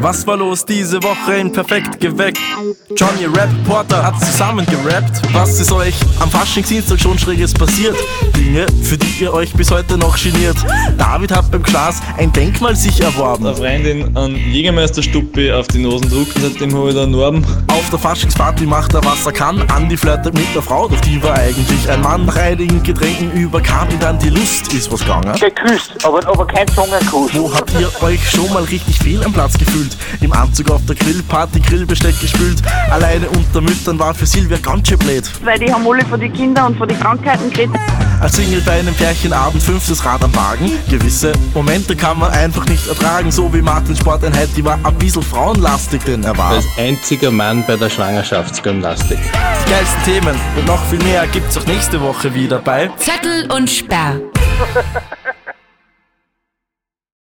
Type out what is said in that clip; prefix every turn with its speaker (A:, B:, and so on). A: Was war los diese Woche in Perfekt geweckt? Johnny Rap Porter hat zusammen gerappt. Was ist euch am Faschingsdienstag schon Schräges passiert? Dinge, für die ihr euch bis heute noch geniert. David hat beim Glas ein Denkmal sich erworben.
B: Eine Freundin an Jägermeisterstuppi auf die Nosen druckt und seitdem habe ich da einen Narben.
A: Auf der Faschingsparty macht er, was er kann. Andi flirtet mit der Frau, doch die war eigentlich ein Mann. Nach einigen Getränken überkam ihn dann die Lust. Ist was gegangen?
C: Geküsst, aber, aber kein Zungenkuss.
A: Wo habt ihr euch schon mal richtig fehl am Platz gefühlt? Im Anzug auf der Grillparty, Grillbesteck gespült. Alleine unter Müttern war für Silvia ganz schön blöd.
D: weil die haben alle von den Kindern und von den Krankheiten geredet.
A: Als Single bei einem Pärchenabend fünftes Rad am Wagen. Gewisse Momente kann man einfach nicht ertragen. So wie Martin Sporteinheit, die war ein bisschen frauenlastig, denn er war.
E: Als einziger Mann bei der Schwangerschaftsgymnastik.
A: Die geilsten Themen und noch viel mehr gibt's auch nächste Woche wieder bei
F: Zettel und Sperr.